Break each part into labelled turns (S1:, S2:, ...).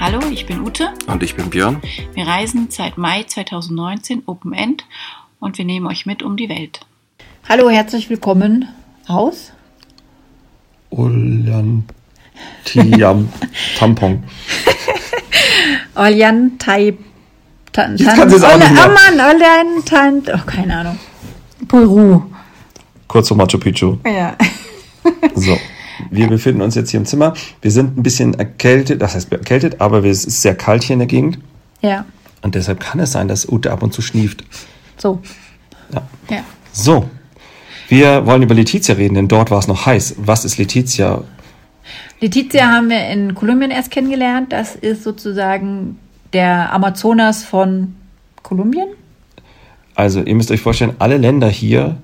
S1: Hallo, ich bin Ute.
S2: Und ich bin Björn.
S1: Wir reisen seit Mai 2019 Open End und wir nehmen euch mit um die Welt.
S3: Hallo, herzlich willkommen aus.
S2: Ulan Tiam Tampon.
S3: Oljan Tai. Tan,
S2: Jetzt kannst du es auch nicht mehr.
S3: Oh Mann, Oljan Tan. Oh, keine Ahnung. Peru.
S2: Kurz vor Machu Picchu.
S3: Ja.
S2: So. Wir befinden uns jetzt hier im Zimmer. Wir sind ein bisschen erkältet, das heißt erkältet, aber wir- es ist sehr kalt hier in der Gegend.
S3: Ja,
S2: Und deshalb kann es sein, dass Ute ab und zu schnieft.
S3: so.
S2: Ja.
S3: Ja.
S2: So. Wir wollen über Letizia reden, denn dort war es noch heiß. Was ist Letizia?
S3: Letizia haben wir in Kolumbien erst kennengelernt. Das ist sozusagen der Amazonas von Kolumbien.
S2: Also, ihr müsst euch vorstellen, alle Länder hier,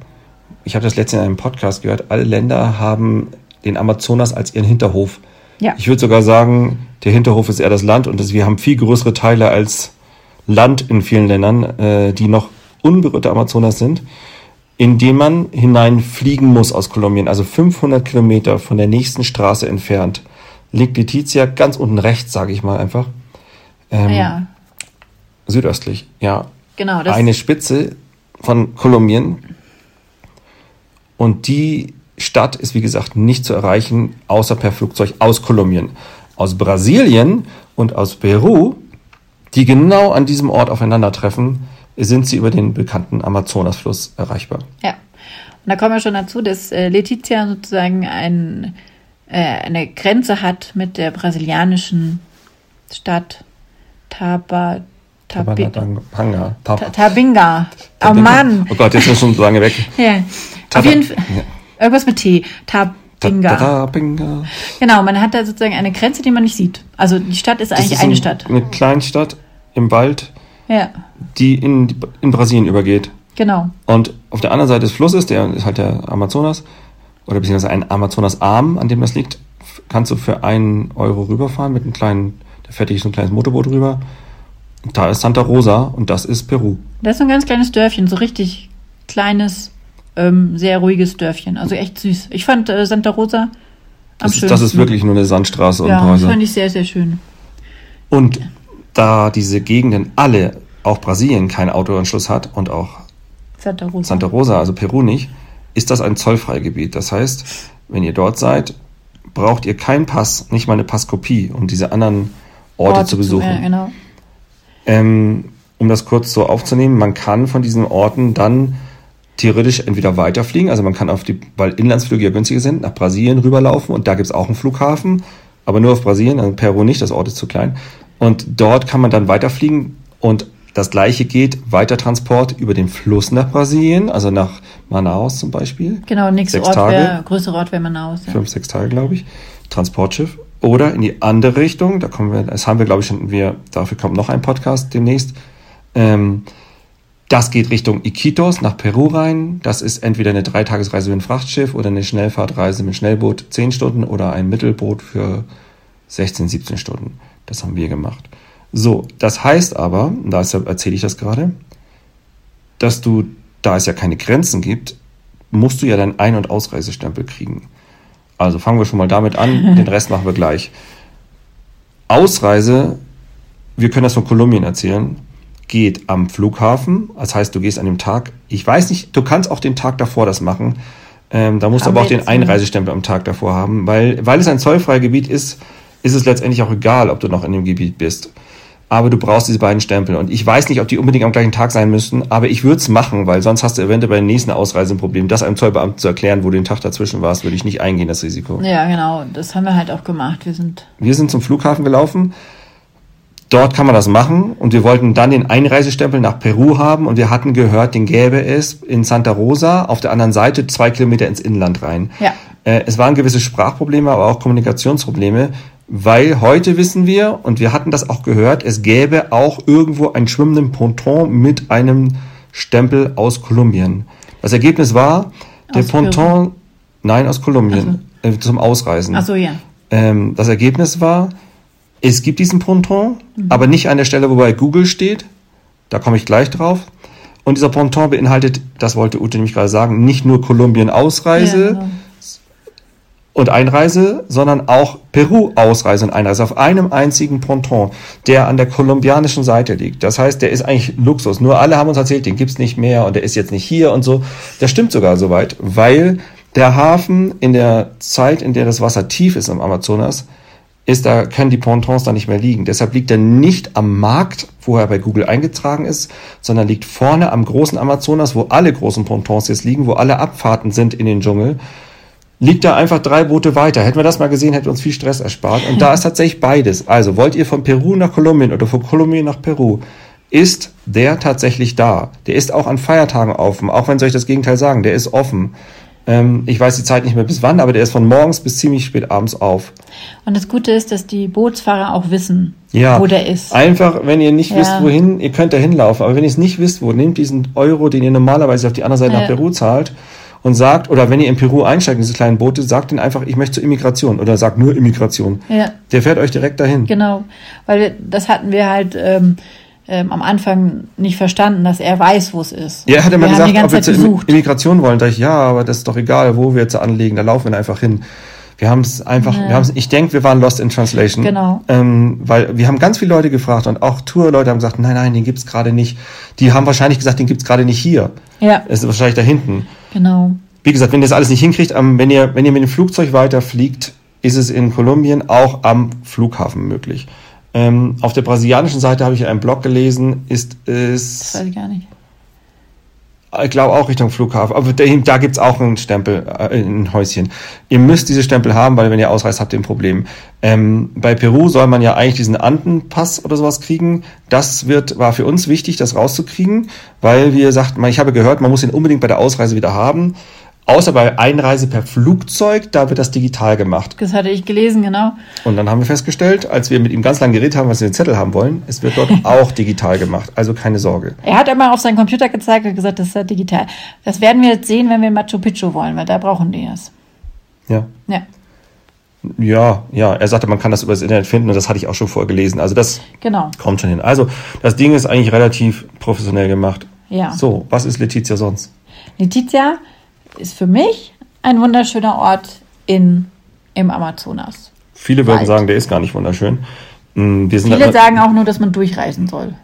S2: ich habe das letztens in einem Podcast gehört, alle Länder haben den Amazonas als ihren Hinterhof.
S3: Ja.
S2: Ich würde sogar sagen, der Hinterhof ist eher das Land und das, wir haben viel größere Teile als Land in vielen Ländern, äh, die noch unberührte Amazonas sind, in den man hineinfliegen muss aus Kolumbien. Also 500 Kilometer von der nächsten Straße entfernt liegt Letizia ganz unten rechts, sage ich mal einfach. Ähm,
S3: Ah Ja,
S2: Südöstlich, ja.
S3: genau. Das
S2: Eine Spitze von Kolumbien. Und die Stadt ist, wie gesagt, nicht zu erreichen, außer per Flugzeug aus Kolumbien. Aus Brasilien und aus Peru, die genau an diesem Ort aufeinandertreffen, sind sie über den bekannten Amazonasfluss erreichbar.
S3: Ja. Und da kommen wir schon dazu, dass äh, Letizia sozusagen ein, äh, eine Grenze hat mit der brasilianischen Stadt Taba, Tabi,
S2: Tabanatanga. Tab-
S3: Ta- Tabinga. Oh Mann.
S2: Oh Gott, jetzt ist schon so lange weg.
S3: Ja. Auf
S2: Tada-
S3: jeden Fall.
S2: Ja.
S3: Irgendwas mit T. Tabinga.
S2: Tabinga.
S3: Genau, man hat da sozusagen eine Grenze, die man nicht sieht. Also die Stadt ist
S2: Das
S3: eigentlich
S2: ist
S3: eine
S2: ein-
S3: Stadt.
S2: Eine Kleinstadt im Wald,
S3: Ja,
S2: die in, in Brasilien übergeht.
S3: genau.
S2: Und auf der anderen Seite des Flusses, der ist halt der Amazonas, oder beziehungsweise ein Amazonasarm, an dem das liegt, f- kannst du für einen Euro rüberfahren mit einem kleinen, da fährt dich so ein kleines Motorboot rüber. Und Da ist Santa Rosa und das ist Peru.
S3: Das ist so ein ganz kleines Dörfchen, so richtig kleines, ähm, sehr ruhiges Dörfchen. Also echt süß. Ich fand äh, Santa Rosa am
S2: Das
S3: schönsten.
S2: ist, das ist wirklich nur eine Sandstraße und
S3: Ja, das
S2: Häuser.
S3: fand ich sehr, sehr schön.
S2: Und da diese Gegenden alle, auch Brasilien, keinen Autoanschluss hat und auch
S3: Santa Rosa.
S2: Santa Rosa, also Peru nicht, ist das ein Zollfreigebiet. Das heißt, wenn ihr dort seid, braucht ihr keinen Pass, nicht mal eine Passkopie, um diese anderen Orte, zu besuchen.
S3: Ja, genau.
S2: ähm, um das kurz so aufzunehmen, man kann von diesen Orten dann theoretisch entweder weiterfliegen, also man kann auf die, weil Inlandsflüge ja günstiger sind, nach Brasilien rüberlaufen und da gibt's auch einen Flughafen, aber nur auf Brasilien, also Peru nicht, das Ort ist zu klein. Und dort kann man dann weiterfliegen und das gleiche geht Weitertransport über den Fluss nach Brasilien, also nach Manaus zum Beispiel.
S3: Genau, nächster
S2: Sechs
S3: Ort
S2: Tage.
S3: wäre, größerer Ort wäre Manaus. Ja.
S2: Fünf, sechs Tage, glaube ich. Transportschiff. Oder in die andere Richtung, da kommen wir, das haben wir, glaube ich, schon, wir, dafür kommt noch ein Podcast demnächst. Ähm, das geht Richtung Iquitos nach Peru rein. Das ist entweder eine Dreitagesreise mit dem Frachtschiff oder eine Schnellfahrtreise mit Schnellboot 10 Stunden oder ein Mittelboot für 16, 17 Stunden. Das haben wir gemacht. So, das heißt aber, und deshalb erzähle ich das gerade, dass du, da es ja keine Grenzen gibt, musst du ja deinen Ein- und Ausreisestempel kriegen. Also fangen wir schon mal damit an, den Rest machen wir gleich. Ausreise, wir können das von Kolumbien erzählen, geht am Flughafen. Das heißt, du gehst an dem Tag, ich weiß nicht, du kannst auch den Tag davor das machen. Ähm, da musst du
S3: Am
S2: aber auch den
S3: letzten.
S2: Einreisestempel am Tag davor haben, weil, weil es ein zollfreigebiet ist, ist es letztendlich auch egal, ob du noch in dem Gebiet bist. Aber du brauchst diese beiden Stempel. Und ich weiß nicht, ob die unbedingt am gleichen Tag sein müssen, aber ich würde es machen, weil sonst hast du eventuell bei der nächsten Ausreise ein Problem. Das einem Zollbeamten zu erklären, wo du den Tag dazwischen warst, würde ich nicht eingehen, das Risiko.
S3: ja, genau. Das haben wir halt auch gemacht. Wir sind.
S2: Wir sind zum Flughafen gelaufen. Dort kann man das machen und wir wollten dann den Einreisestempel nach Peru haben und wir hatten gehört, den gäbe es in Santa Rosa auf der anderen Seite zwei Kilometer ins Inland rein.
S3: Ja.
S2: Äh, Es waren gewisse Sprachprobleme, aber auch Kommunikationsprobleme, weil heute wissen wir und wir hatten das auch gehört, es gäbe auch irgendwo einen schwimmenden Ponton mit einem Stempel aus Kolumbien. Das Ergebnis war, der
S3: Aus Peru.
S2: Ponton, nein, aus Kolumbien, äh, zum Ausreisen.
S3: Ach so, ja.
S2: Ähm, das Ergebnis war, es gibt diesen Ponton, aber nicht an der Stelle, wo bei Google steht. Da komme ich gleich drauf. Und dieser Ponton beinhaltet, das wollte Ute nämlich gerade sagen, nicht nur Kolumbien Ausreise
S3: ja genau.
S2: und Einreise, sondern auch Peru-Ausreise und Einreise auf einem einzigen Ponton, der an der kolumbianischen Seite liegt. Das heißt, der ist eigentlich Luxus. Nur alle haben uns erzählt, den gibt's nicht mehr und der ist jetzt nicht hier und so. Das stimmt sogar soweit, weil der Hafen in der Zeit, in der das Wasser tief ist im Amazonas, ist da, können die Pontons da nicht mehr liegen. Deshalb liegt er nicht am Markt, wo er bei Google eingetragen ist, sondern liegt vorne am großen Amazonas, wo alle großen Pontons jetzt liegen, wo alle Abfahrten sind in den Dschungel. Liegt da einfach drei Boote weiter. Hätten wir das mal gesehen, hätte uns viel Stress erspart. Und da ist tatsächlich beides. Also wollt ihr von Peru nach Kolumbien oder von Kolumbien nach Peru, ist der tatsächlich da. Der ist auch an Feiertagen offen, auch wenn sie euch das Gegenteil sagen, der ist offen Ähm, ich weiß die Zeit nicht mehr bis wann, aber der ist von morgens bis ziemlich spät abends auf.
S3: Und das Gute ist, dass die Bootsfahrer auch wissen,
S2: Ja.
S3: wo der ist.
S2: Einfach, wenn ihr nicht
S3: Ja.
S2: wisst, wohin, ihr könnt da hinlaufen, aber wenn ihr es nicht wisst, wo, nehmt diesen Euro, den ihr normalerweise auf die andere Seite
S3: Ja.
S2: nach Peru zahlt und sagt, oder wenn ihr in Peru einsteigt, in diese kleinen Boote, sagt denen einfach, ich möchte zur Immigration oder sagt nur Immigration.
S3: Ja.
S2: Der fährt euch direkt dahin.
S3: Genau, weil wir, das hatten wir halt ähm, ähm, am Anfang nicht verstanden, dass er weiß, wo es ist.
S2: Ja, er hat immer
S3: wir haben
S2: gesagt,
S3: die
S2: ob
S3: ganze
S2: wir
S3: Zeit
S2: zur Imm-
S3: gesucht.
S2: Immigration wollen. Da ich, ja, aber das ist doch egal, wo wir jetzt anlegen, da laufen wir einfach hin. Wir haben es einfach, wir haben's, ich denke, wir waren lost in translation.
S3: Genau.
S2: Ähm, weil wir haben ganz viele Leute gefragt und auch Tour-Leute haben gesagt, nein, nein, den gibt's gerade nicht. Die haben wahrscheinlich gesagt, den gibt's gerade nicht hier.
S3: Ja,
S2: Es ist wahrscheinlich da hinten.
S3: genau.
S2: Wie gesagt, wenn ihr das alles nicht hinkriegt, am- wenn ihr, wenn ihr mit dem Flugzeug weiterfliegt, ist es in Kolumbien auch am Flughafen möglich. Ähm, auf der brasilianischen Seite habe ich einen Blog gelesen, ist es.
S3: Das weiß ich gar nicht.
S2: Ich glaube auch Richtung Flughafen. Aber da, da gibt's auch einen Stempel, äh, ein Häuschen. Ihr müsst diese Stempel haben, weil wenn ihr ausreist, habt ihr ein Problem. Ähm, bei Peru soll man ja eigentlich diesen Andenpass oder sowas kriegen. Das wird, war für uns wichtig, das rauszukriegen, weil wir sagten, ich habe gehört, man muss ihn unbedingt bei der Ausreise wieder haben. Außer bei Einreise per Flugzeug, da wird das digital gemacht.
S3: Das hatte ich gelesen, genau.
S2: Und dann haben wir festgestellt, als wir mit ihm ganz lange geredet haben, was wir den Zettel haben wollen, es wird dort auch digital gemacht. Also keine Sorge.
S3: Er hat einmal auf seinen Computer gezeigt und gesagt, das ist ja digital. Das werden wir jetzt sehen, wenn wir Machu Picchu wollen, weil da brauchen die es.
S2: Ja.
S3: Ja,
S2: Ja, ja, er sagte, man kann das über das Internet finden und das hatte ich auch schon vorher gelesen. Also das
S3: genau.
S2: kommt schon hin. Also das Ding ist eigentlich relativ professionell gemacht.
S3: Ja.
S2: So, was ist Letizia sonst?
S3: Letizia ist für mich ein wunderschöner Ort in, im Amazonas.
S2: Viele würden
S3: Wald.
S2: sagen, der ist gar nicht wunderschön. Hm, Wir sind
S3: Viele
S2: da-
S3: sagen auch nur, dass man durchreisen soll.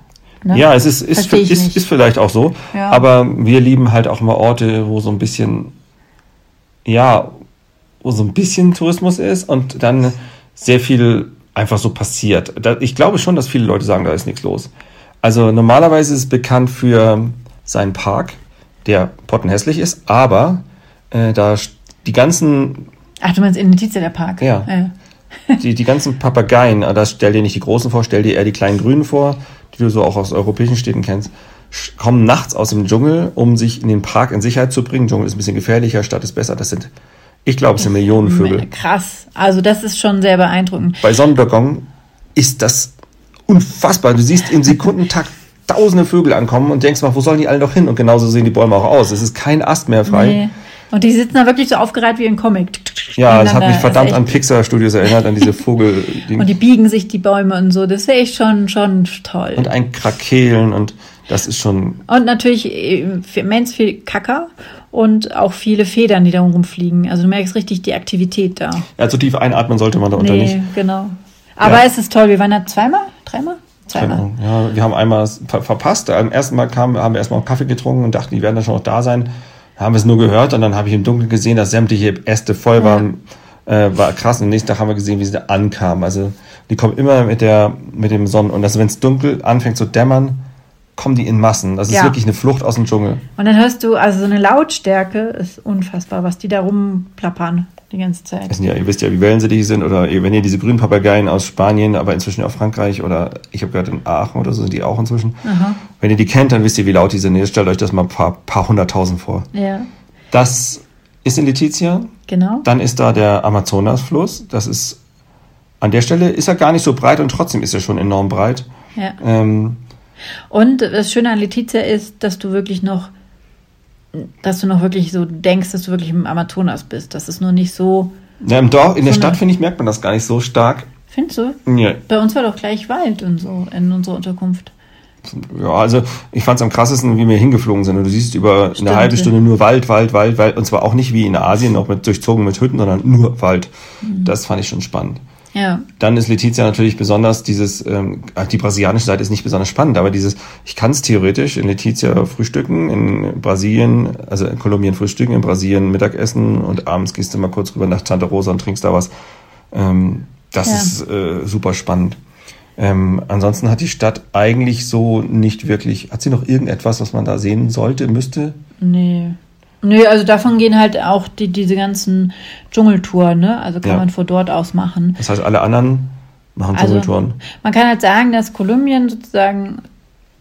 S3: Ne?
S2: Ja, es ist, ist,
S3: Versteh ich
S2: ist,
S3: nicht.
S2: ist vielleicht auch so.
S3: Ja.
S2: Aber wir lieben halt auch mal Orte, wo so ein bisschen, ja, wo so ein bisschen Tourismus ist und dann sehr viel einfach so passiert. Da, ich glaube schon, dass viele Leute sagen, da ist nichts los. Also normalerweise ist es bekannt für seinen Park, der pottenhässlich ist, aber äh, da st- die ganzen
S3: Ach, du meinst in Letizia der Park?
S2: Ja.
S3: ja.
S2: die, die ganzen Papageien, äh, das stell dir nicht die großen vor, stell dir eher die kleinen Grünen vor, die du so auch aus europäischen Städten kennst, sch- kommen nachts aus dem Dschungel, um sich in den Park in Sicherheit zu bringen. Dschungel ist ein bisschen gefährlicher, Stadt ist besser. Das sind, ich glaube, es sind Millionen Vögel.
S3: Krass. Also das ist schon sehr beeindruckend.
S2: Bei Sonnenblockung ist das unfassbar. Du siehst im Sekundentakt tausende Vögel ankommen und denkst mal, wo sollen die alle doch hin? Und genauso sehen die Bäume auch aus. Es ist kein Ast mehr frei.
S3: Nee. Und die sitzen da wirklich so aufgereiht wie im Comic.
S2: Ja, es hat
S3: Ineinander.
S2: mich verdammt
S3: Das
S2: an
S3: ist echt-
S2: Pixar-Studios erinnert, an diese Vogel.
S3: Und die biegen sich die Bäume und so. Das wäre echt schon, schon toll.
S2: und
S3: Und,
S2: ein Krakeelen und das ist schon
S3: natürlich äh, immens viel Kacker und auch viele Federn, die da rumfliegen. Also du merkst richtig die Aktivität da.
S2: Ja, zu tief einatmen sollte man da unter
S3: Nee,
S2: nicht.
S3: genau. Aber
S2: Ja.
S3: es ist toll. Wir waren da zweimal? Dreimal?
S2: Keine
S3: Zweimal.
S2: Ahnung. Ja, wir haben einmal es ver verpasst. Am ersten Mal kamen, haben wir erstmal einen Kaffee getrunken und dachten, die werden dann schon noch da sein. Dann haben wir es nur gehört und dann habe ich im Dunkeln gesehen, dass sämtliche Äste voll waren. Äh, war krass. Und am nächsten Tag haben wir gesehen, wie sie ankamen. Also die kommen immer mit der mit dem Sonnen. Und also, wenn es dunkel anfängt zu dämmern, kommen die in Massen. Das ist
S3: Ja.
S2: wirklich eine Flucht aus dem Dschungel.
S3: Und dann hörst du, also so eine Lautstärke ist unfassbar, was die da rumplappern die ganze Zeit.
S2: Das sind ja, ihr wisst ja, wie wellensittig sind oder wenn ihr diese grünen Papageien aus Spanien, aber inzwischen auch Frankreich oder ich habe gehört in Aachen oder so sind die auch inzwischen. Wenn ihr die kennt, dann wisst ihr, wie laut die sind. Jetzt stellt euch das mal ein paar, paar hunderttausend vor.
S3: Ja,
S2: Das ist in Letizia.
S3: genau.
S2: Dann ist da der Amazonasfluss. Das ist an der Stelle ist er gar nicht so breit und trotzdem ist er schon enorm breit.
S3: Ja.
S2: Ähm,
S3: Und das Schöne an Letizia ist, dass du wirklich noch, dass du noch wirklich so denkst, dass du wirklich im Amazonas bist. Das ist nur nicht so,
S2: ja, im Dorf, in der
S3: So eine-
S2: Stadt finde ich merkt man das gar nicht so stark.
S3: findest du?
S2: Nee.
S3: Bei uns war doch gleich Wald und so in unserer Unterkunft.
S2: ja, also ich fand es am krassesten, wie wir hingeflogen sind. Und du siehst über Stimmt. eine halbe Stunde nur Wald, Wald, Wald, Wald. Und zwar auch nicht wie in Asien, noch mit durchzogen mit Hütten, sondern nur Wald. Mhm. Das fand ich schon spannend.
S3: Ja.
S2: Dann ist Letizia natürlich besonders dieses, ähm, die brasilianische Seite ist nicht besonders spannend, aber dieses, ich kann es theoretisch in Letizia frühstücken, in Brasilien, also in Kolumbien frühstücken, in Brasilien Mittagessen und abends gehst du mal kurz rüber nach Santa Rosa und trinkst da was. Ähm, das ja. ist äh, super spannend. Ähm, ansonsten hat die Stadt eigentlich so nicht wirklich. Hat sie noch irgendetwas, was man da sehen sollte, müsste?
S3: Nee. Nee, also davon gehen halt auch die, diese ganzen Dschungeltouren, ne? Also kann
S2: Ja.
S3: man von dort aus machen.
S2: Das heißt, alle anderen machen
S3: Also,
S2: Dschungeltouren.
S3: Man kann halt sagen, dass Kolumbien sozusagen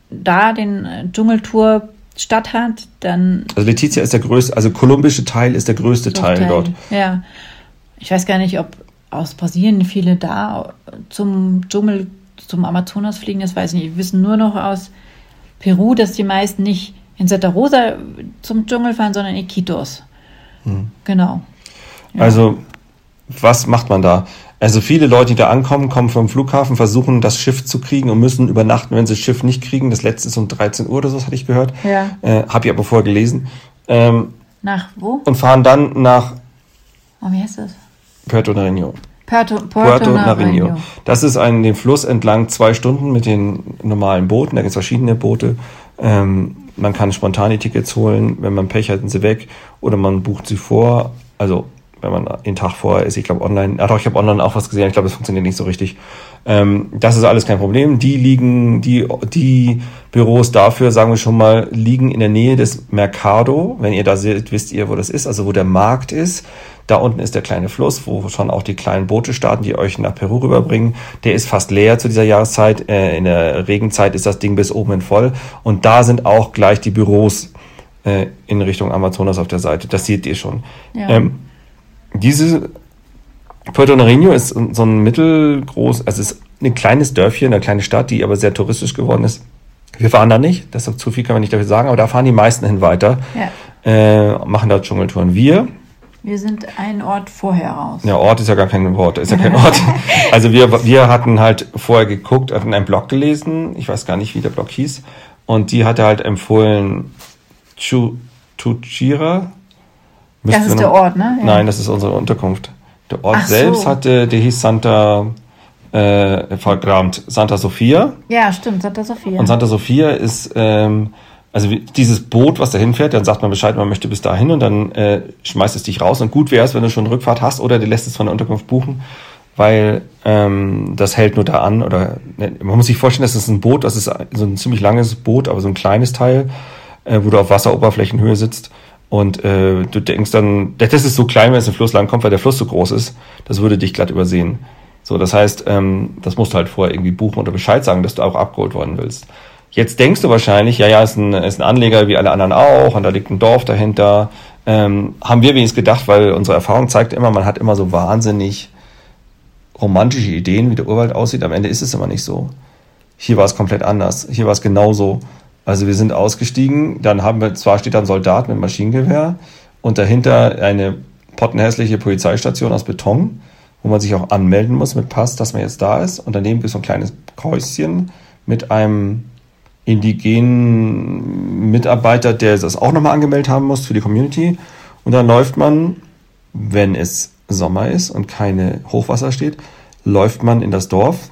S3: da den äh, Dschungeltour statt hat, dann
S2: Also Letizia ist der größte, also kolumbische Teil ist der größte Teil
S3: Teil.
S2: dort.
S3: Ja. Ich weiß gar nicht, ob aus Brasilien viele da zum Dschungel, zum Amazonas fliegen, das weiß ich nicht. Wir wissen nur noch aus Peru, dass die meisten nicht in Santa Rosa zum Dschungel fahren, sondern in Iquitos. Genau.
S2: Hm. Also, was macht man da? Also viele Leute, die da ankommen, kommen vom Flughafen, versuchen das Schiff zu kriegen und müssen übernachten, wenn sie das Schiff nicht kriegen. Das letzte ist um 13 Uhr oder so, das hatte ich gehört.
S3: Ja.
S2: Äh, Habe ich aber vorher gelesen. Ähm,
S3: Nach wo?
S2: und fahren dann nach
S3: Oh, wie heißt das?
S2: Puerto Nareño.
S3: Puerto, Puerto,
S2: Puerto
S3: Nariño.
S2: Nareño. Das ist ein den Fluss entlang zwei Stunden mit den normalen Booten. Da gibt es verschiedene Boote. Ähm, man kann spontane Tickets holen. Wenn man Pech hat, sind sie weg. Oder man bucht sie vor. Also wenn man den Tag vorher ist, ich glaube online, ah doch, ich habe online auch was gesehen, ich glaube, das funktioniert nicht so richtig. Ähm, das ist alles kein Problem. Die liegen, die, die Büros dafür, sagen wir schon mal, liegen in der Nähe des Mercado. Wenn ihr da seht, wisst ihr, wo das ist, also wo der Markt ist. Da unten ist der kleine Fluss, wo schon auch die kleinen Boote starten, die euch nach Peru rüberbringen. Der ist fast leer zu dieser Jahreszeit. Äh, in der Regenzeit ist das Ding bis oben hin voll. Und da sind auch gleich die Büros äh, in Richtung Amazonas auf der Seite. Das seht ihr schon.
S3: Ja.
S2: Ähm, diese Puerto Nareño ist so ein mittelgroß, also es ist ein kleines Dörfchen, eine kleine Stadt, die aber sehr touristisch geworden ist. Wir fahren da nicht, deshalb zu viel kann man nicht dafür sagen, aber da fahren die meisten hin weiter,
S3: Ja.
S2: äh, machen da Dschungeltouren. Wir,
S3: Wir sind einen Ort vorher raus.
S2: ja, Ort ist ja gar kein Wort, ist ja kein Ort. Also wir, wir hatten halt vorher geguckt, hatten einen Blog gelesen, ich weiß gar nicht, wie der Blog hieß, und die hatte halt empfohlen Chu- Tuchira. Müssten
S3: ist
S2: wir
S3: der
S2: noch-
S3: Ort, ne? Ja.
S2: Nein, das ist unsere Unterkunft. Der Ort
S3: Ach so.
S2: selbst hatte, der hieß Santa, äh, vergramt, Santa Sofia.
S3: Ja, stimmt, Santa Sofia.
S2: Und Santa Sofia ist, ähm, also wie- dieses Boot, was da hinfährt, dann sagt man Bescheid, man möchte bis dahin und dann äh, schmeißt es dich raus. Und gut wäre es, wenn du schon Rückfahrt hast oder du lässt es von der Unterkunft buchen, weil ähm, das hält nur da an. Oder ne, man muss sich vorstellen, das ist ein Boot, das ist so ein ziemlich langes Boot, aber so ein kleines Teil, äh, wo du auf Wasseroberflächenhöhe sitzt. Und äh, du denkst dann, das ist so klein, wenn es im Fluss lang kommt, weil der Fluss so groß ist, das würde dich glatt übersehen. So, das heißt, ähm, das musst du halt vorher irgendwie buchen oder Bescheid sagen, dass du auch abgeholt worden willst. Jetzt denkst du wahrscheinlich, ja, ja, ist ein, ist ein Anleger wie alle anderen auch und da liegt ein Dorf dahinter. Ähm, haben wir wenigstens gedacht, weil unsere Erfahrung zeigt immer, man hat immer so wahnsinnig romantische Ideen, wie der Urwald aussieht. Am Ende ist es immer nicht so. Hier war es komplett anders. Hier war es genauso. Also wir sind ausgestiegen, dann haben wir, zwar steht da ein Soldat mit Maschinengewehr und dahinter eine pottenhässliche Polizeistation aus Beton, wo man sich auch anmelden muss mit Pass, dass man jetzt da ist. Und daneben gibt es so ein kleines Häuschen mit einem indigenen Mitarbeiter, der das auch nochmal angemeldet haben muss für die Community. Und dann läuft man wenn es Sommer ist und keine Hochwasser steht, läuft man in das Dorf,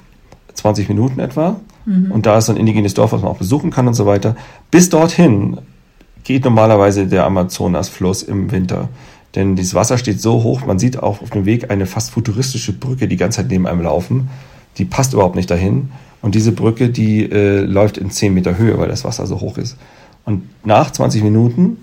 S2: 20 Minuten etwa. Und da ist so ein indigenes Dorf, was man auch besuchen kann und so weiter. Bis dorthin geht normalerweise der Amazonasfluss im Winter. Denn das Wasser steht so hoch, man sieht auch auf dem Weg eine fast futuristische Brücke die ganze Zeit neben einem laufen. Die passt überhaupt nicht dahin. Und diese Brücke, die äh, läuft in 10 Meter Höhe, weil das Wasser so hoch ist. Und nach 20 Minuten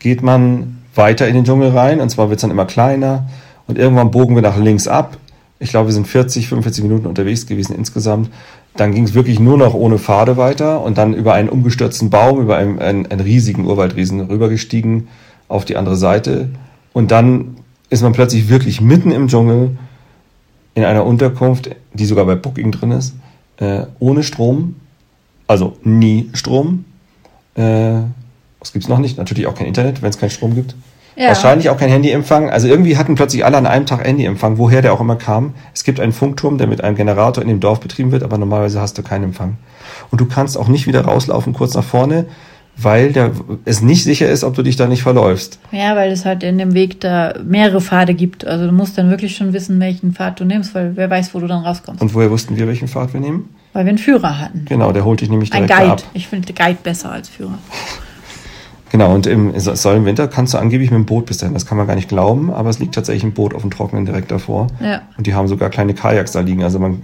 S2: geht man weiter in den Dschungel rein und zwar wird es dann immer kleiner und irgendwann bogen wir nach links ab. Ich glaube, wir sind 40, 45 Minuten unterwegs gewesen insgesamt. Dann ging es wirklich nur noch ohne Pfade weiter und dann über einen umgestürzten Baum, über einen, einen, einen riesigen Urwaldriesen rübergestiegen auf die andere Seite. Und dann ist man plötzlich wirklich mitten im Dschungel in einer Unterkunft, die sogar bei Booking drin ist, äh, ohne Strom, also nie Strom, äh, was gibt's noch nicht? Natürlich auch kein Internet, wenn es keinen Strom gibt. Ja. Wahrscheinlich auch kein Handyempfang. Also irgendwie hatten plötzlich alle an einem Tag Handyempfang, woher der auch immer kam. Es gibt einen Funkturm, der mit einem Generator in dem Dorf betrieben wird, aber normalerweise hast du keinen Empfang. Und du kannst auch nicht wieder rauslaufen kurz nach vorne, weil der, es nicht sicher ist, ob du dich da nicht verläufst.
S3: Ja, weil es halt in dem Weg da mehrere Pfade gibt. Also du musst dann wirklich schon wissen, welchen Pfad du nimmst, weil wer weiß, wo du dann rauskommst.
S2: Und woher wussten wir, welchen Pfad wir nehmen?
S3: Weil wir einen Führer hatten.
S2: Genau, der holt dich nämlich
S3: Ein
S2: direkt
S3: Guide.
S2: da ab.
S3: Ich finde Guide besser als Führer.
S2: Genau, und im, es soll im Winter kannst du angeblich mit dem Boot bis dahin. Das kann man gar nicht glauben, aber es liegt tatsächlich ein Boot auf dem Trockenen direkt davor.
S3: Ja.
S2: Und die haben sogar kleine Kajaks da liegen. Also man,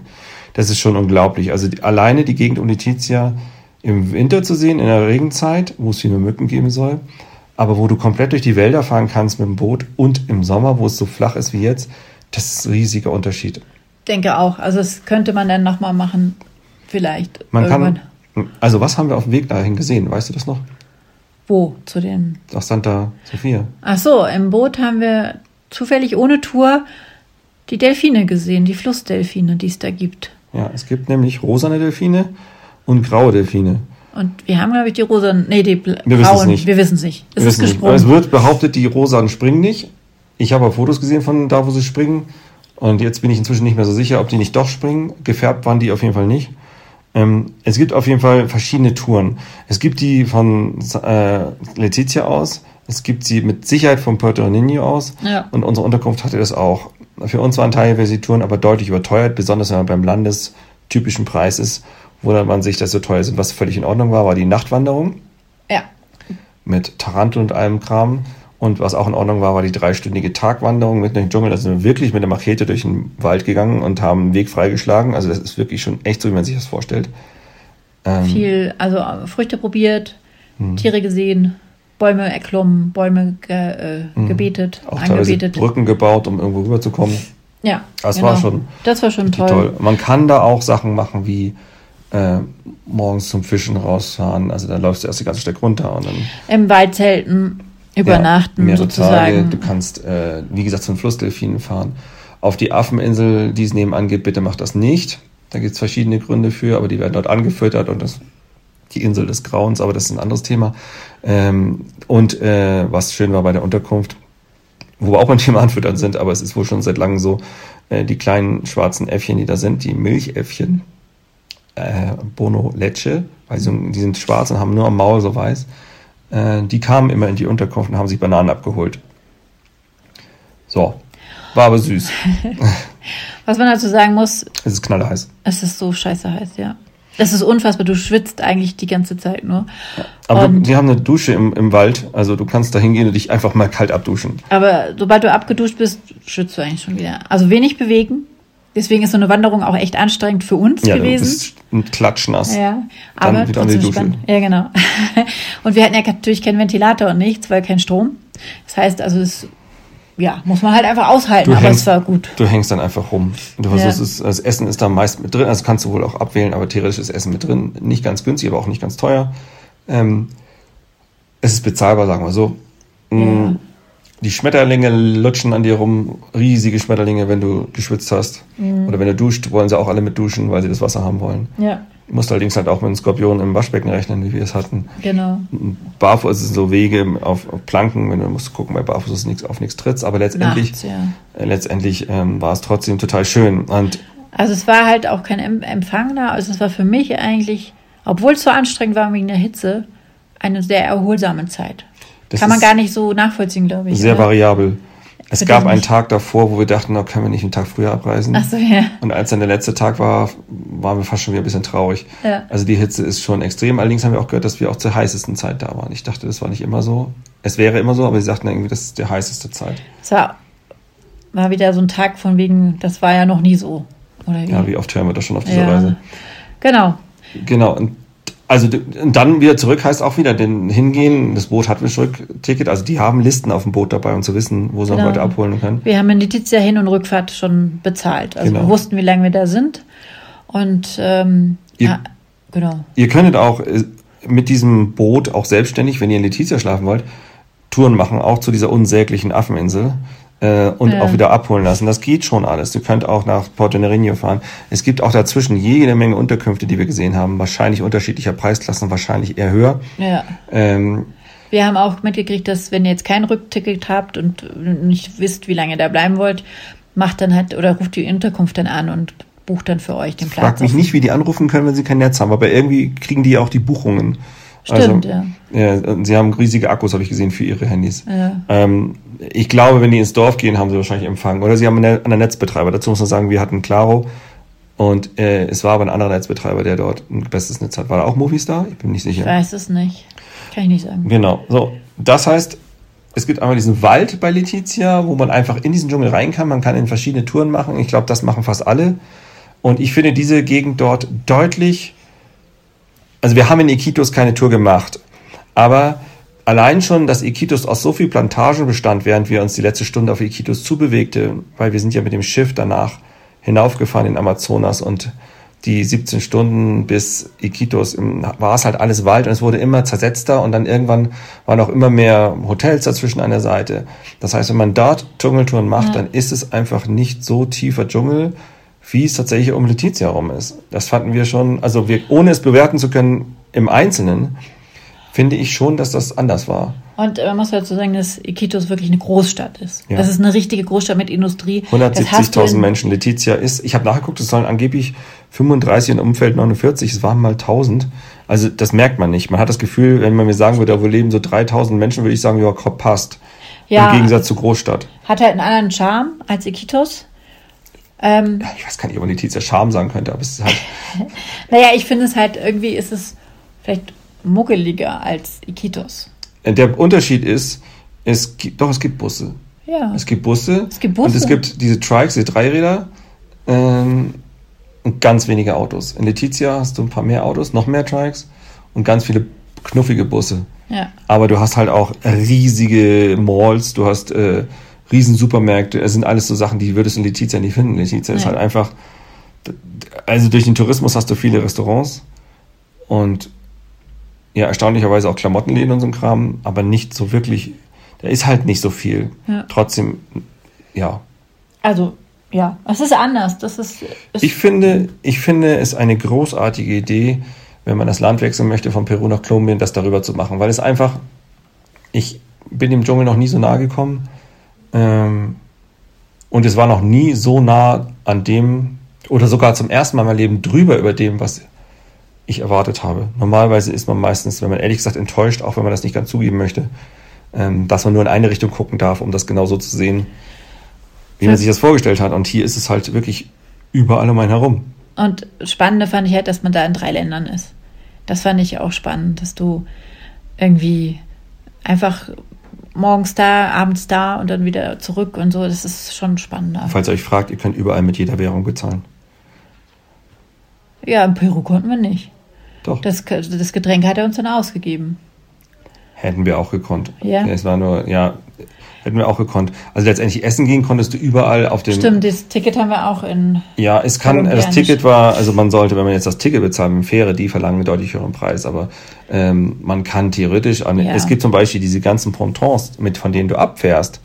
S2: das ist schon unglaublich. Also die, alleine die Gegend um Letizia im Winter zu sehen, in der Regenzeit, wo es viele Mücken geben soll, aber wo du komplett durch die Wälder fahren kannst mit dem Boot und im Sommer, wo es so flach ist wie jetzt, das ist ein riesiger Unterschied.
S3: Denke auch. Also das könnte man dann nochmal machen. Vielleicht.
S2: Man
S3: irgendwann.
S2: kann, also was haben wir auf dem Weg dahin gesehen? Weißt du das noch?
S3: Wo? Zu den.
S2: Auf Santa Sofia.
S3: Ach so, im Boot haben wir zufällig ohne Tour die Delfine gesehen, die Flussdelfine, die es da gibt.
S2: Ja, es gibt nämlich rosane Delfine und graue Delfine.
S3: Und wir haben, glaube ich, die rosa. Nee, die bla-
S2: Wir wissen's nicht.
S3: Wir wissen es nicht. Es
S2: Wir
S3: ist
S2: wissen nicht.
S3: gesprungen.
S2: Es wird behauptet, die Rosan springen nicht. Ich habe aber Fotos gesehen von da, wo sie springen. Und jetzt bin ich inzwischen nicht mehr so sicher, ob die nicht doch springen. Gefärbt waren die auf jeden Fall nicht. Ähm, es gibt auf jeden Fall verschiedene Touren. Es gibt die von äh, Letizia aus. Es gibt sie mit Sicherheit von Puerto Nino aus.
S3: Ja.
S2: Und unsere Unterkunft hatte das auch. Für uns waren teilweise die Touren aber deutlich überteuert, besonders wenn man beim landestypischen Preis ist, wundert man sich, dass sie so teuer sind. Was völlig in Ordnung war, war die Nachtwanderung
S3: ja.
S2: mit Tarantel und allem Kram. Und was auch in Ordnung war, war die dreistündige Tagwanderung mitten durch den Dschungel. Da sind wir wirklich mit der Machete durch den Wald gegangen und haben einen Weg freigeschlagen. Also das ist wirklich schon echt so, wie man sich das vorstellt. Ähm, Hm.
S3: Viel, also äh, Früchte probiert, Tiere gesehen, Bäume erklommen, Bäume ge, äh, gebetet,
S2: Hm. Auch teilweise
S3: angebetet.
S2: Brücken gebaut, um irgendwo rüberzukommen.
S3: Ja, genau.
S2: Das war schon
S3: Das war schon toll.
S2: Toll. Man kann da auch Sachen machen wie äh, morgens zum Fischen rausfahren. Also da läufst du erst die ganze Strecke runter und dann
S3: Im Wald zelten,
S2: Ja,
S3: übernachten
S2: mehrere Tage.
S3: sozusagen.
S2: Du kannst, äh, wie gesagt, zum Flussdelfinen fahren. Auf die Affeninsel, die es nebenan gibt, bitte macht das nicht. Da gibt es verschiedene Gründe für, aber die werden dort angefüttert und das, die Insel des Grauens, aber das ist ein anderes Thema. Ähm, und äh, was schön war bei der Unterkunft, wo wir auch beim Thema Anfüttern sind, aber es ist wohl schon seit langem so, äh, die kleinen schwarzen Äffchen, die da sind, die Milchäffchen, äh, Bono Lecce, weil so, die sind schwarz und haben nur am Maul so weiß, äh, die kamen immer in die Unterkunft und haben sich Bananen abgeholt. So, war aber süß.
S3: Was man dazu sagen muss,
S2: Es ist knallheiß.
S3: es ist so scheiße heiß, ja. Es ist unfassbar, du schwitzt eigentlich die ganze Zeit nur.
S2: Aber du,
S3: Und-
S2: die haben eine Dusche im, im Wald, also du kannst da hingehen und dich einfach mal kalt abduschen.
S3: Aber sobald du abgeduscht bist, schwitzt du eigentlich schon wieder. Also wenig bewegen. Deswegen ist so eine Wanderung auch echt anstrengend für uns
S2: Ja,
S3: gewesen.
S2: du bist ein Klatschnass.
S3: Ja,
S2: Dann
S3: aber
S2: wieder in die
S3: trotzdem
S2: Dusche.
S3: spannend. Ja, genau. Und wir hatten ja natürlich keinen Ventilator und nichts, weil kein Strom. Das heißt, also es ja, muss man halt einfach aushalten,
S2: Du
S3: aber
S2: hängst-
S3: es war gut.
S2: Du hängst dann einfach rum. Du versuchst es, das Essen ist da meist mit drin, also kannst du wohl auch abwählen, aber theoretisch ist Essen mit drin. Nicht ganz günstig, aber auch nicht ganz teuer. Ähm, es ist bezahlbar, sagen wir so. Mm, Die Schmetterlinge lutschen an dir rum, riesige Schmetterlinge, wenn du geschwitzt hast.
S3: Mhm.
S2: Oder wenn du duscht, wollen sie auch alle mit duschen, weil sie das Wasser haben wollen.
S3: Ja,
S2: Du musst allerdings halt auch mit einem Skorpion im Waschbecken rechnen, wie wir es hatten.
S3: genau.
S2: Barfuß sind so Wege auf auf Planken, wenn du musst gucken, bei Barfuß ist nichts auf nichts trittst, aber letztendlich
S3: Nachts, ja.
S2: äh, letztendlich ähm, war es trotzdem total schön. Und
S3: Also es war halt auch kein Em- Empfang da. Also es war für mich eigentlich, obwohl es so anstrengend war wegen der Hitze, eine sehr erholsame Zeit.
S2: das
S3: Kann man
S2: ist
S3: gar nicht so nachvollziehen, glaube ich.
S2: sehr
S3: oder?
S2: variabel. Es
S3: Bitte
S2: gab einen
S3: nicht.
S2: Tag davor, wo wir dachten, na, können wir nicht einen Tag früher abreisen.
S3: Ach so, ja.
S2: Und als dann der letzte Tag war, waren wir fast schon wieder ein bisschen traurig.
S3: Ja.
S2: Also die Hitze ist schon extrem. Allerdings haben wir auch gehört, dass wir auch zur heißesten Zeit da waren. Ich dachte, das war nicht immer so. Es wäre immer so, aber sie sagten irgendwie, das ist die heißeste Zeit.
S3: Es war, war wieder so ein Tag von wegen, das war ja noch nie so. Oder
S2: Ja, wie oft hören wir das schon auf dieser
S3: Ja.
S2: Reise?
S3: Genau.
S2: Genau. Und also d- und dann wieder zurück heißt auch wieder den hingehen. Das Boot hat ein Rückticket. Also die haben Listen auf dem Boot dabei, um zu wissen, wo sie noch
S3: Genau.
S2: Leute abholen können.
S3: Wir haben in Letizia Hin- und Rückfahrt schon bezahlt. Also
S2: Genau.
S3: wir wussten, wie lange wir da sind. Und ähm,
S2: Ihr-
S3: ja, genau.
S2: Ihr könntet auch äh, mit diesem Boot auch selbstständig, wenn ihr in Letizia schlafen wollt, Touren machen, auch zu dieser unsäglichen Affeninsel äh, und
S3: Ja.
S2: auch wieder abholen lassen. Das geht schon alles. Ihr könnt auch nach Porto Nerino fahren. Es gibt auch dazwischen jede Menge Unterkünfte, die wir gesehen haben. Wahrscheinlich unterschiedlicher Preisklassen, wahrscheinlich eher höher.
S3: Ja.
S2: Ähm,
S3: Wir haben auch mitgekriegt, dass wenn ihr jetzt kein Rückticket habt und nicht wisst, wie lange ihr da bleiben wollt, macht dann halt oder ruft die Unterkunft dann an und bucht dann für euch den Platz.
S2: Fragt mich
S3: auf.
S2: nicht, wie die anrufen können, wenn sie kein Netz haben, aber irgendwie kriegen die ja auch die Buchungen.
S3: Stimmt,
S2: also,
S3: ja.
S2: ja. und Sie haben riesige Akkus, habe ich gesehen, für ihre Handys.
S3: Ja.
S2: Ähm, ich glaube, wenn die ins Dorf gehen, haben sie wahrscheinlich Empfang. Oder sie haben einen anderen Netzbetreiber. Dazu muss man sagen, wir hatten Claro und äh, es war aber ein anderer Netzbetreiber, der dort ein bestes Netz hat. War da auch Movistar? Ich bin nicht sicher.
S3: Ich weiß es nicht. Kann ich nicht sagen.
S2: Genau. So, das heißt, es gibt einmal diesen Wald bei Letizia, wo man einfach in diesen Dschungel rein kann. Man kann in verschiedene Touren machen. Ich glaube, das machen fast alle. Und ich finde diese Gegend dort deutlich. Also wir haben in Iquitos keine Tour gemacht, aber allein schon, dass Iquitos aus so viel Plantagen bestand, während wir uns die letzte Stunde auf Iquitos zubewegte, weil wir sind ja mit dem Schiff danach hinaufgefahren in Amazonas und die 17 Stunden bis Iquitos im- war es halt alles Wald und es wurde immer zersetzter und dann irgendwann waren auch immer mehr Hotels dazwischen an der Seite. Das heißt, wenn man dort Dschungeltouren macht, dann ist es einfach nicht so tiefer Dschungel, wie es tatsächlich um Letizia rum ist. Das fanden wir schon, also wir, ohne es bewerten zu können im Einzelnen, finde ich schon, dass das anders war.
S3: Und äh, man muss dazu sagen, dass Iquitos wirklich eine Großstadt ist.
S2: Ja.
S3: Das ist eine richtige Großstadt mit Industrie. Das hast du
S2: 170.000
S3: in-
S2: Menschen. Letizia ist, ich habe nachgeguckt, es sollen angeblich 35 und Umfeld 49, es waren mal 1000. Also das merkt man nicht. Man hat das Gefühl, wenn man mir sagen würde, da wo leben so 3000 Menschen, würde ich sagen, ja, komm, passt.
S3: Ja.
S2: Im Gegensatz zu Großstadt.
S3: Hat halt einen anderen Charme als Iquitos. Ähm,
S2: Ich weiß gar nicht, ob man Letizia Charme sagen könnte, aber es ist halt,
S3: naja, ich finde es halt irgendwie ist es vielleicht muckeliger als Iquitos.
S2: der Unterschied ist, es gibt, doch, es gibt Busse.
S3: Ja.
S2: Es gibt Busse.
S3: Es gibt Busse.
S2: Und es gibt diese Trikes, die Dreiräder. Ähm, und ganz wenige Autos. In Letizia hast du ein paar mehr Autos, noch mehr Trikes und ganz viele knuffige Busse.
S3: ja.
S2: Aber du hast halt auch riesige Malls, du hast äh, riesen Supermärkte. Es sind alles so Sachen, die würdest du in Letizia nicht finden. Letizia ist
S3: Nein.
S2: halt einfach. Also durch den Tourismus hast du viele Restaurants und ja, erstaunlicherweise auch Klamottenläden und so ein Kram, aber nicht so wirklich. Da ist halt nicht so viel.
S3: Ja.
S2: Trotzdem, ja.
S3: Also, ja. Es ist anders. Das ist. ist
S2: Ich finde, ich finde es eine großartige Idee, wenn man das Land wechseln möchte von Peru nach Kolumbien, das darüber zu machen, weil es einfach, ich bin dem Dschungel noch nie so nahe gekommen ähm, und es war noch nie so nah an dem oder sogar zum ersten Mal in meinem Leben drüber über dem, was ich erwartet habe. Normalerweise ist man meistens, wenn man ehrlich gesagt enttäuscht, auch wenn man das nicht ganz zugeben möchte, ähm, dass man nur in eine Richtung gucken darf, um das genau so zu sehen, wie man sich das vorgestellt hat. Und hier ist es halt wirklich überall um einen herum.
S3: Und spannende fand ich halt, dass man da in drei Ländern ist. Das fand ich auch spannend, dass du irgendwie einfach morgens da, abends da und dann wieder zurück und so. Das ist schon spannender.
S2: Falls ihr euch fragt, ihr könnt überall mit jeder Währung bezahlen.
S3: Ja, in Peru konnten wir nicht.
S2: Doch,
S3: Das, das Getränk hat er uns dann ausgegeben.
S2: hätten wir auch gekonnt.
S3: Ja.
S2: Es war nur, ja, hätten wir auch gekonnt. Also letztendlich essen gehen konntest du überall auf dem.
S3: Stimmt, das Ticket haben wir auch in.
S2: Ja, es kann,
S3: Kolumbianisch.
S2: das Ticket war, also man sollte, wenn man jetzt das Ticket bezahlt mit dem Fähre, die verlangen einen deutlich höheren Preis, aber ähm, man kann theoretisch, an,
S3: Ja.
S2: es gibt zum Beispiel diese ganzen Pontons, mit von denen du abfährst,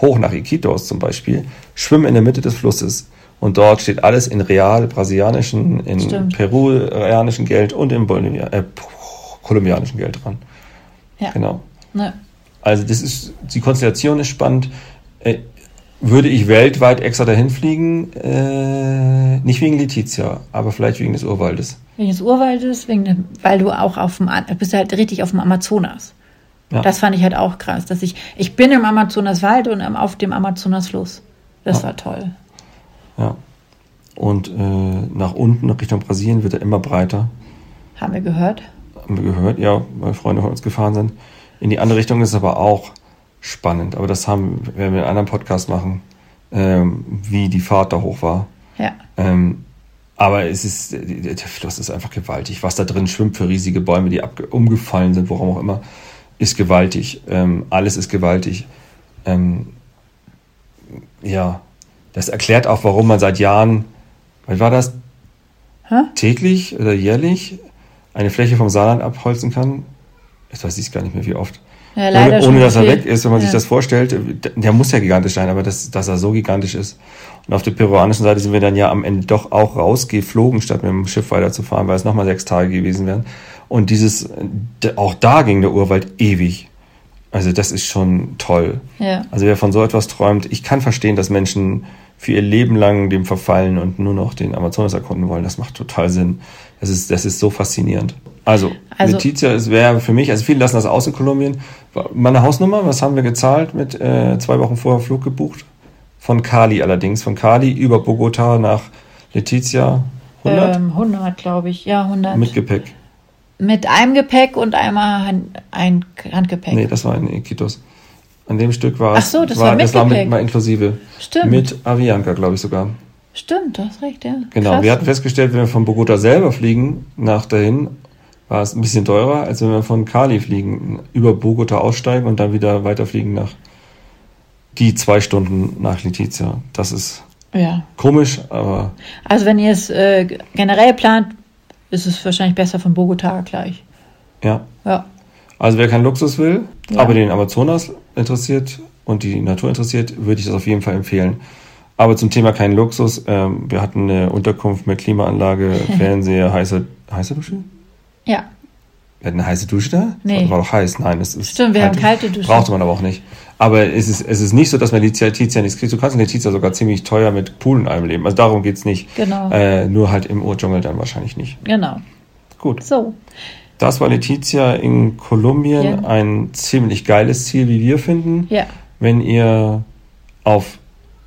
S2: hoch nach Iquitos zum Beispiel, schwimmen in der Mitte des Flusses und dort steht alles in real brasilianischen, in
S3: Stimmt.
S2: peruanischen Geld und in Bolivia, äh, kolumbianischen Geld dran.
S3: Ja.
S2: Genau.
S3: Ne,
S2: Also das ist, die Konstellation ist spannend. Äh, würde ich weltweit extra dahin fliegen? Äh, nicht wegen Letizia, aber vielleicht wegen des Urwaldes.
S3: wegen des Urwaldes, wegen dem, weil du auch auf dem. An- bist halt richtig auf dem Amazonas.
S2: Ja.
S3: Das fand ich halt auch krass, dass ich. Ich bin im Amazonaswald und am- auf dem Amazonasfluss. Das
S2: Ja.
S3: war toll.
S2: Ja. Und äh, nach unten, Richtung Brasilien, wird er immer breiter.
S3: Haben wir gehört.
S2: Haben wir gehört, ja, weil Freunde von uns gefahren sind. In die andere Richtung ist es aber auch spannend. Aber das haben, werden wir in einem anderen Podcast machen, ähm, wie die Fahrt da hoch war.
S3: Ja.
S2: Ähm, aber es ist, äh, der der Fluss ist einfach gewaltig. Was da drin schwimmt für riesige Bäume, die abge- umgefallen sind, worum auch immer, ist gewaltig. Ähm, alles ist gewaltig. Ähm, ja, das erklärt auch, warum man seit Jahren, was war das?
S3: Hä?
S2: Täglich oder jährlich eine Fläche vom Saarland abholzen kann. Jetzt weiß ich gar nicht mehr, wie oft.
S3: Ja, leider
S2: Ohne,
S3: schon
S2: ohne dass er
S3: viel.
S2: weg ist, wenn man sich
S3: Ja.
S2: das vorstellt, der muss ja gigantisch sein, aber das, dass er so gigantisch ist. Und auf der peruanischen Seite sind wir dann ja am Ende doch auch rausgeflogen, statt mit dem Schiff weiterzufahren, weil es nochmal sechs Tage gewesen wären. Und dieses, d- auch da ging der Urwald ewig. Also das ist schon toll.
S3: Ja.
S2: Also wer von so etwas träumt, ich kann verstehen, dass Menschen für ihr Leben lang dem verfallen und nur noch den Amazonas erkunden wollen. Das macht total Sinn. Das ist, das ist so faszinierend. Also,
S3: Also-
S2: Letizia ist- wäre für mich, also viele lassen das aus in Kolumbien. Meine Hausnummer, was haben wir gezahlt mit äh, zwei Wochen vorher Flug gebucht? Von Cali allerdings, von Cali über Bogota nach Letizia 100
S3: Ähm, 100 glaube ich. Ja, 100.
S2: mit
S3: Mit,
S2: Gepäck.
S3: einem Gepäck und einmal Hand, ein Handgepäck.
S2: Nee, das war in Iquitos. An dem Stück war
S3: Ach so, das war mit
S2: das war mit
S3: Gepäck.
S2: mal inklusive.
S3: Stimmt.
S2: Mit Avianca, glaube ich sogar.
S3: Stimmt, du hast recht, ja.
S2: Genau,
S3: Krass.
S2: wir hatten festgestellt, wenn wir von Bogota selber fliegen, nach dahin, war es ein bisschen teurer, als wenn wir von Cali fliegen, über Bogota aussteigen und dann wieder weiterfliegen nach die zwei Stunden nach Letizia. Das ist
S3: ja.
S2: komisch, aber
S3: Also wenn ihr es äh, g- generell plant, ist es wahrscheinlich besser von Bogota gleich.
S2: ja.
S3: Ja.
S2: Also wer keinen Luxus will,
S3: Ja.
S2: aber den Amazonas interessiert und die Natur interessiert, würde ich das auf jeden Fall empfehlen. Aber zum Thema keinen Luxus, ähm, wir hatten eine Unterkunft mit Klimaanlage, Fernseher, heiße, heiße Dusche?
S3: Ja.
S2: Wir hatten eine heiße Dusche da?
S3: Nee.
S2: War doch heiß. Nein, es ist.
S3: Stimmt, wir haben kalte Dusche.
S2: Brauchte man aber auch nicht. Aber es ist, es ist nicht so, dass man Letizia Letizia nichts kriegt. Du kannst in Letizia sogar ziemlich teuer mit Pool in einem leben. Also darum geht's nicht.
S3: Genau.
S2: Äh, nur halt im Urdschungel dann wahrscheinlich nicht.
S3: Genau.
S2: Gut.
S3: So.
S2: Das war Letizia in Kolumbien.
S3: Ja.
S2: Ein ziemlich geiles Ziel, wie wir finden.
S3: Ja.
S2: Wenn ihr auf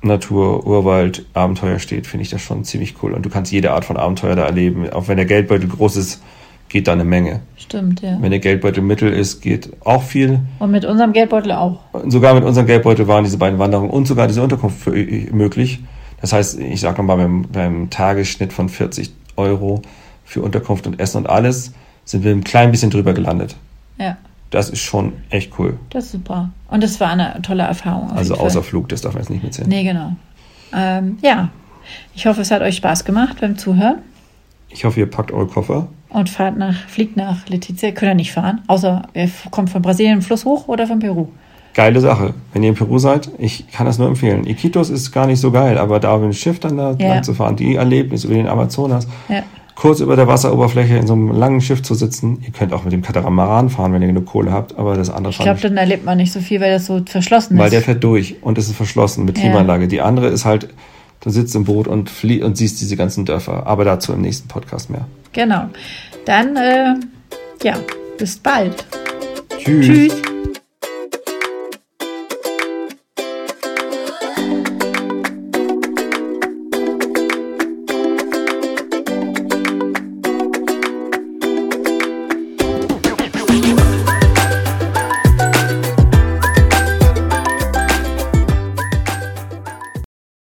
S2: Natur, Urwald, Abenteuer steht, finde ich das schon ziemlich cool. Und du kannst jede Art von Abenteuer da erleben. Auch wenn der Geldbeutel groß ist, geht da eine Menge.
S3: Stimmt, ja.
S2: Wenn der Geldbeutel mittel ist, geht auch viel.
S3: Und mit unserem Geldbeutel auch.
S2: Und sogar mit unserem Geldbeutel waren diese beiden Wanderungen und sogar diese Unterkunft für, möglich. Das heißt, ich sag nochmal, beim, beim Tagesschnitt von 40 Euro für Unterkunft und Essen und alles sind wir ein klein bisschen drüber gelandet.
S3: Ja.
S2: Das ist schon echt cool.
S3: Das ist super. Und das war eine tolle Erfahrung. auf
S2: Also
S3: jeden Fall.
S2: außer Flug, das darf man jetzt nicht mitzählen.
S3: Nee, genau. Ähm, ja. Ich hoffe, es hat euch Spaß gemacht beim Zuhören.
S2: Ich hoffe, ihr packt eure Koffer.
S3: Und fahrt nach, fliegt nach Letizia. Könnt ihr nicht fahren. Außer ihr f- kommt von Brasilien einen Fluss hoch oder von Peru.
S2: Geile Sache. Wenn ihr in Peru seid, ich kann das nur empfehlen. Iquitos ist gar nicht so geil, aber da mit dem Schiff dann da
S3: Ja.
S2: lang zu fahren, die Erlebnis über den Amazonas,
S3: Ja.
S2: kurz über der Wasseroberfläche in so einem langen Schiff zu sitzen. Ihr könnt auch mit dem Katamaran fahren, wenn ihr genug Kohle habt, aber das andere
S3: Ich glaube,
S2: fahren
S3: dann erlebt man nicht so viel, weil das so verschlossen
S2: weil der
S3: ist.
S2: fährt durch und es ist verschlossen mit
S3: Ja.
S2: Klimaanlage. Die andere ist halt, du sitzt im Boot und flie und siehst diese ganzen Dörfer. Aber dazu im nächsten Podcast mehr.
S3: Genau. Dann, äh, ja, bis bald.
S2: Tschüss.
S3: Tschüss.